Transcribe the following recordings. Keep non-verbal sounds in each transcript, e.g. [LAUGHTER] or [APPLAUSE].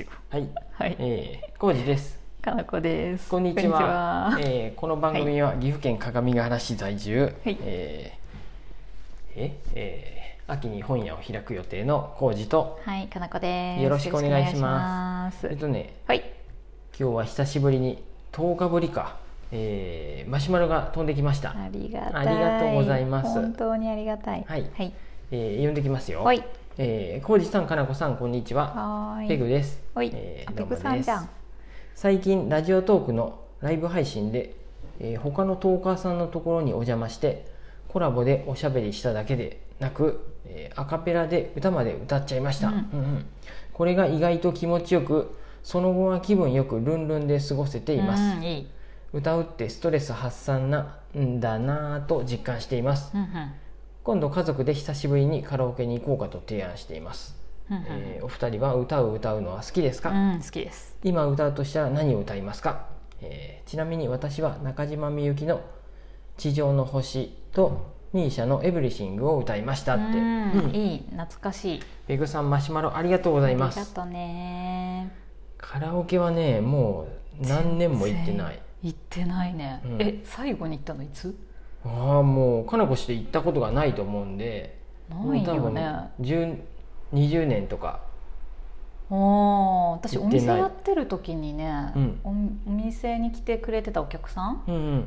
よ。はい、はいえー、浩二です。かなこです。こんにちは。こんにちはえーこの番組は岐阜県各務原市在住、はいえーええー秋に本屋を開く予定の浩二と、はい、かなこです。よろしくお願いしよろまえっしくお願いしとね、ます。はい。今日は久しぶりに10日ぶりか、えーマシュマロが飛んできました。ありがたい。ありがとうございます本当にありがたい。はいはい。えー読んできますよ。おい。えー、浩二さん、かなこさん、こんにちは。はーい。ペグです。おいえあどうもペグさんじゃんです最近ラジオトークのライブ配信で、えー他のトーカーさんのところにお邪魔してコラボでおしゃべりしただけでなく、えーアカペラで歌まで歌っちゃいました、うんうんうんこれが意外と気持ちよくその後は気分よくルンルンで過ごせています、うんいい。歌うってストレス発散なんだなぁと実感していますうんうん今度家族で久しぶりにカラオケに行こうかと提案しています、うんうんえーお二人は歌を歌うのは好きですか、うん、好きです。今歌うとしたら何を歌いますか、えーちなみに私は中島みゆきの「地上の星」と MISIA の「エブリシング」を歌いましたって、うんうんいい、懐かしい。ペグさんマシュマロありがとうございまありがすとうね。カラオケはねもう何年も行ってない。行ってないね。うんえ、最後に行ったのいつ？ああもうかなこして行ったことがないと思うんでないもう多よ分ね。 10 20年とかおー私行おってない店やってる時にね、うんおお店に来てくれてたお客さんうんうん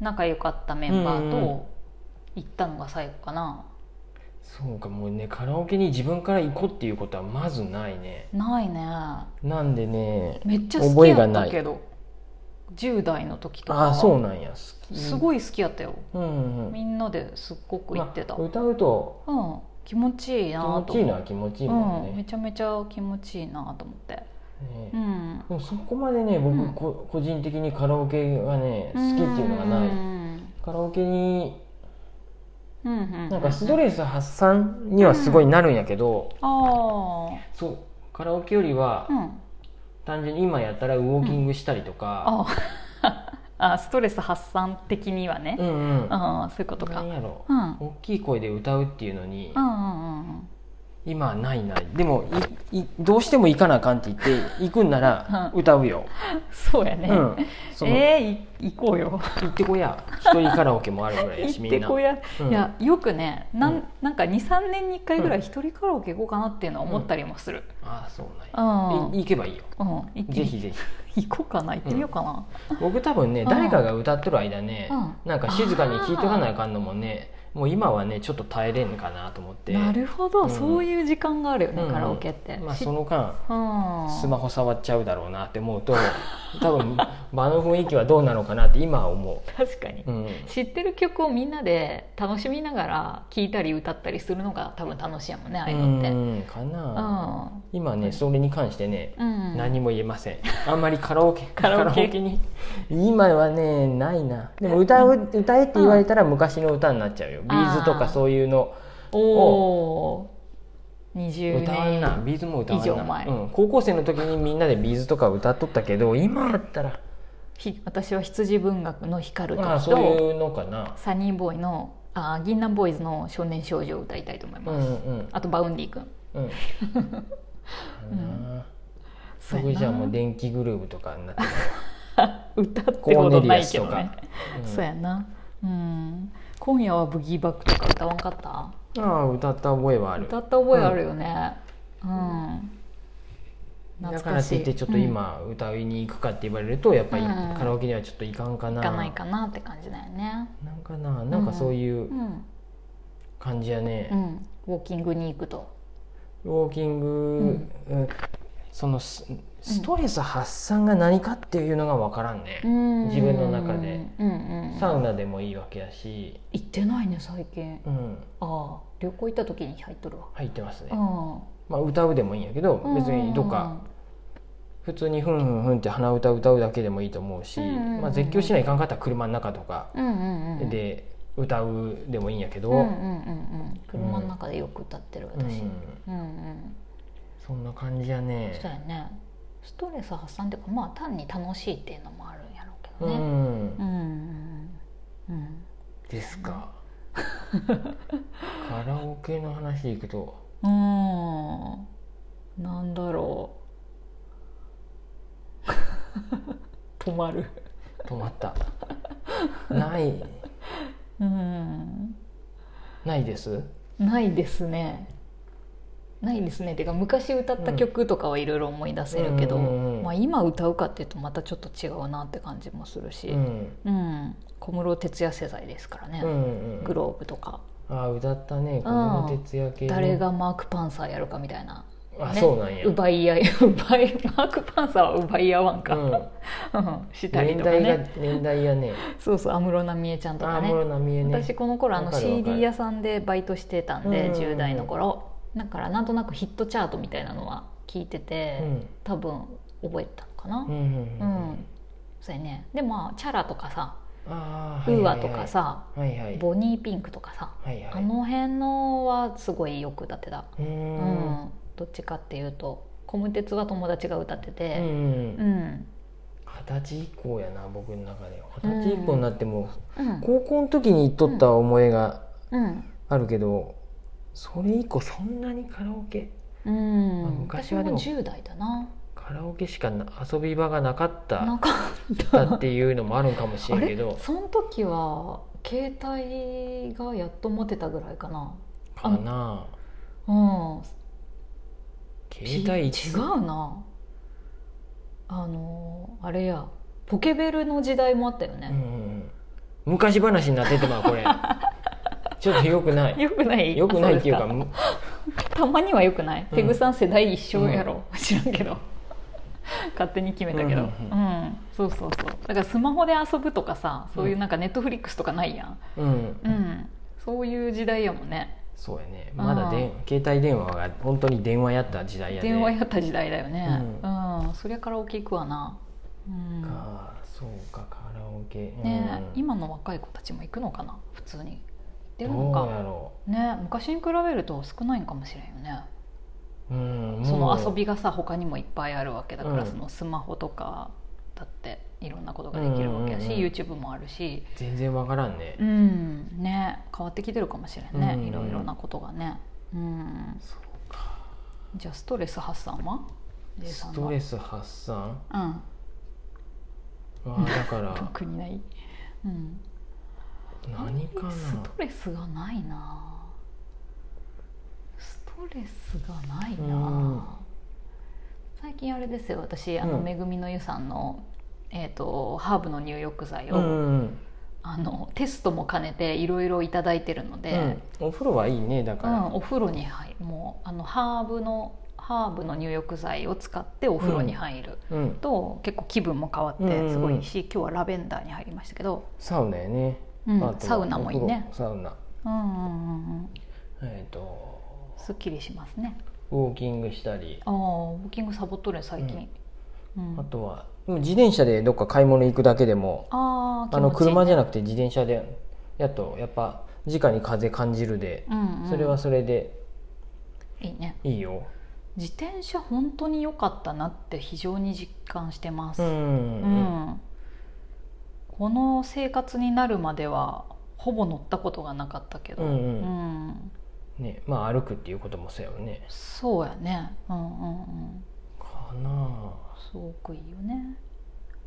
仲良かったメンバーうんうんうんと行ったのが最後かな、そうかもうねカラオケに自分から行こうっていうことはまずないねないねなんでねめっちゃ好覚きえやがっなたいけど10代の時とかああそうなんや好きすごい好きやったよ、うんうんみんなですっごく行ってた、まあ歌うとうん気持ちいい気な持とちいいの思はって気持ちいいもんうん、めね,、ちゃめちゃ気持ちいいなと思ってねうんでもそこまでね僕、うんこ個人的にカラオケがね好きっていうのがない、うんカラオケにうんうんうんなんかストレス発散にはすごいなるんやけど、ああそうカラオケよりはうん単純に今やったらウォーキングしたりとか、あ [LAUGHS] あストレス発散的にはね、うんうんうん、あそういうことか、うなんん、やろうんうん大きい声で歌うっていうのに、うんうん今はないないでもいいどうしても行かなあかんって言って行くんならう歌うよ、そうやうね、ん、そのえー、い行こうよ行ってこや一人カラオケもあるぐらいや行しっみんてなこや、うんいやよくねなん,、うんなんか23年に1回ぐらういん一人カラオケ行こうかなっていうのは思ったりもする、ああそううなんんやうんい行けばいいよ行ってぜひぜひ行こうかな行ってみようかな、僕多分ねうん誰かが歌ってる間ねうなんか静かに聴いとかなあかんのもねもう今はねちょっと耐えれんかなと思ってなるほど、うんそういう時間があるよね、うんカラオケって、まあしその間うんスマホ触っちゃうだろうなって思うと多分 [LAUGHS] 場の雰囲気はどうなのかなって今は思確かに、う、うん、知ってる曲をみんなで楽しみながら聴いたり歌ったりするのが多分楽しいやもんねああいうのってうんうんかな今ねそれに関してねうん何も言えませんあんまりカラオケ [LAUGHS] カラオケに今はねないなでも歌う歌えって言われたら昔の歌になっちゃうよ、ビーズとかそういうのおお20歌わんな年ビーズも歌わんな以上前うん、高校生の時にみんなでビーズとか歌っとったけど今やったらひ私は羊文学の光るまあ時そうというのかなサニーボーイのあー銀杏ボーイズの少年少女を歌いたいと思いうます、んうんあとバウンディ君うん [LAUGHS] すごいじゃあもう電気グルーブとかになってる歌ってコーことネリなアいスけとどか、ね、 [LAUGHS] そうやなうん今夜はブギーバックとか歌わんかったうんああ歌った覚えはある歌った覚えあるよねうん、だ懐からかってし言いってちょっと今歌いに行くかって言われるとやっぱりうんカラオケにはちょっといかんかうんな、行かないかなって感じだよねなんかななんかそういううん、感じやねう、ん、ウォーキングに行くとウォーキング、うんそのスストレス発散が何かっていうのが分からんね、自自分の中で、うんうん、サウナでもいいわけやし、行ってないね最近うん、ああ旅行行った時に入っとるわ入ってますね、うまあ、歌うでもいいんやけどん別にどっか普通にふんふんふんって鼻歌歌うだけでもいいと思うし、うんまあ、絶叫しないかんかったら車の中とかうんうんうんで歌うでもいいんやけど、うんうんうんうん車の中でよく歌ってるうん私、うんうんそんな感じやねそうやねストレス発散っていうかまあ単に楽しいっていうのもあるんやろうけどうねんうんうんうんです [LAUGHS] かカラオケの話でいくとうんうんなんだろう [LAUGHS] 止まる止まった [LAUGHS] ないうんないですないですねないですねっていうか昔歌った曲とかはいろいろ思い出せるけど、うんうんうんまあ、今歌うかっていうとまたちょっと違うなって感じもするし、ううんん小室哲哉世代ですからね、うんうんグローブとかあ歌ったね小室哲哉系の誰がマーク・パンサーやるかみたいな、あねそうなんや奪い [LAUGHS] 合い奪いマーク・パンサーは奪い合わんか、うんうんしたり年とか代がね年代やねそうそう安室奈美恵ちゃんとあかあねもろなみえね私この頃あわのかるわかる CD 屋さんでバイトしてたんうんでうんうん10代の頃だからなんとなくヒットチャートみたいなのは聞いてて、うん多分覚えてたのかな、うんうんううんんそれねでまあチャラとかさ、あウーアとかさ、はいはいボニーピンクとかさ、はいはいあの辺のはすごいよく歌ってた、うーうんんどっちかっていうとコムテツは友達が歌ってうんうて、んうんうん二十歳以降やな僕の中では二十歳以降になってもうん高校の時に行っとった思いがうんあるけどそれ以降そんなにカラオケまあ昔私はもでも10代だなカラオケしかな遊び場がなかっなたんかだっていうのもあるんかもしあれんれけど [LAUGHS] その時は携帯がやっと持てたぐらいかなかなうん携帯ピ一違うなあのあれやポケベルの時代もあったようんうね、んうん昔話になっててまあ [LAUGHS] これちょっとよくないよくないよくないあっていうそかですむたまにはよくない、うんペグさん世代一緒やろ、知らんけど勝手に決めたけど、ううんんうそうそうそうだからスマホで遊ぶとかさそういうなんかネットフリックスとかないやん、うんうんそういう時代やもんねそうやねまだで携帯電話が本当に電話やった時代やで電話やった時代だよねううん、そりゃカラオケ行くわな、うんかそうかカラオケねうん今の若い子たちも行くのかな普通に行ってるどのうやかろね昔に比べると少ないんかもしれんよねううんそのもう遊びがさ他にもいっぱいあるわけだから、うんそのスマホとかだっていろんなことができるわけやし、うんうんうん YouTube もあるし全然わからんねうんね変わってきてるかもしれんね、うんうんいろいろなことがねうんそうかじゃあストレス発散は J さんスはトレス発散うんはだか [LAUGHS] ら特にない、うん、何かなストレスがないなストレスがないうんな最近あれですよ私あの、うんめぐみの湯さんの、えー、とハーブの入浴剤を、うんうんあのテストも兼ねていろいろいただいてるのうでん、お風呂はいいねだうかんらお風呂に入もうあのハーブのハーブの入浴剤を使ってお風呂に入る。うんと結構気分も変わっうんうんうんてすごいいいし、今日はラベンダーに入りましたけど、サウナやねうんあとはサウナもいいねお風呂サウナうんうんうんうん、えっとすっきりしますねウォーキングしたりああウォーキングサボっとるよ最近、うんあとはでも自転車でどっか買い物行くだけでもあーあの車じゃななくて自転車でやっとやっぱ直に風感じるでうんうんそれはそれでいいねいいよ自転車本当に良かったなって非常に実感してます、うんうんうんこの生活になるまではほぼ乗ったことがなかったけうど、んうんうんねまあ歩くっていうこともそうやろねそうやねうんうんうんかなすごくいいよね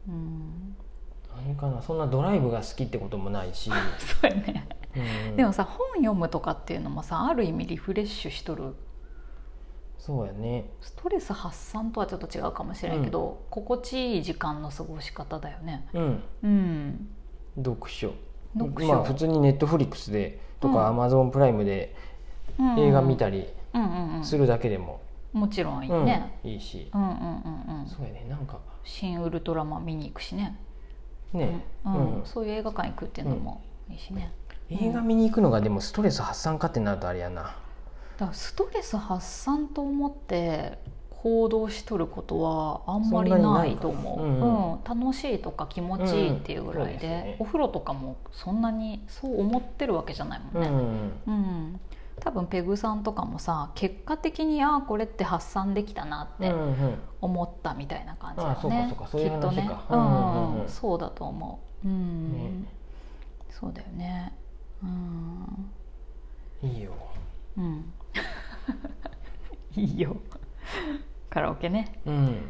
うん [LAUGHS] あ何かなそんなドライブが好きってこともないし、そうやねうんでもさ本読むとかっていうのもさある意味リフレッシュしとるそうやねストレス発散とはちょっと違うかもしれないけど、心地いい時間の過ごし方だよねうんうん読書読書まあ普通にネットフリックスでとかアうんマゾンプライムでうん映画見い、たりうんうんうん、するだけでも、もちろんいいうんね、いいし、うん、うんうんうんそうやねなんか新ウルトラマン見に行くしね、ね、ううんんそういう映画館行くっていうのもいいしね、映画見に行くのがでもストレス発散かってなるとあれやなだからストレス発散と思って行動しとることはあんまりそんななにないいかと思う、うんうん楽しいとか気持ちいいっていうぐらいで,、うんそうですねお風呂とかもそんなにそう思ってるわけじゃないもんうん、ね、うん、多分ペグさんとかもさ結果的にああこれって発散できたなっうんうてん思ったみたいな感じだああそうかねそうかそうきいうっと話ねかううんんうんううんんそうだと思ううん、ねそうだよねうん、いいようん [LAUGHS] いいよカラオケねうん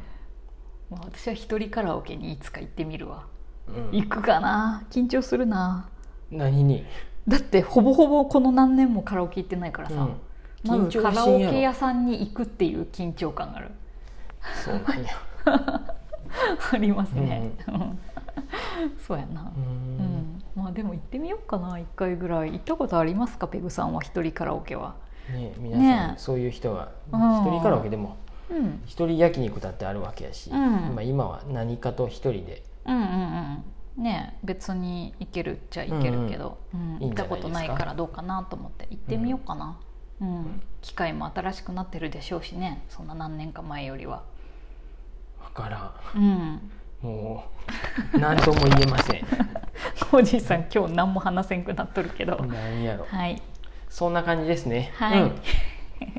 まあ、私は一人カラオケにいつか行ってみるわうん、行くかな緊張するな何に、だってほぼほぼこの何年もカラオケ行ってないからうさ、ん、まずカ緊ラ張しんオやろケ屋さんに行くっていう緊張感 [LAUGHS] があるそうなんやありますね、うん [LAUGHS] そうやな [LAUGHS] ううんん、まあでも行ってみようかな一回ぐらい行ったことありますかペグさんは一人カラオケはね皆さん、ねそういう人がうん一人カラオケでもうん、うん一人焼肉だってあるわけやし、うんまあ、今は何かと一人でうんうんねえ別に行けるっちゃ行けるけど、うんい行いんっじたゃないですこかとないからどうかなと思って行ってみようかな、うんん機会も新しくなってるでしょうしねそんな何年か前より [LAUGHS] はわからうんんもう何とも言え [LAUGHS] ませんおじいさん今日何も話せんくなっとるけど、何やろはいそんな感じですねはいうん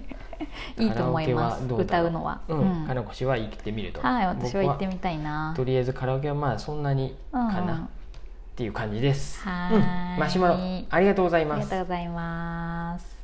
[LAUGHS] いいと思いますカラオケはどうだ歌ろうのは、うんうん金越は行ってみるとはい私は行ってみたい僕はなとりあえずカラオケはまあそんなにかな、うんっていう感じですはーいうんマシュマロありがとうございあまりがすとうございます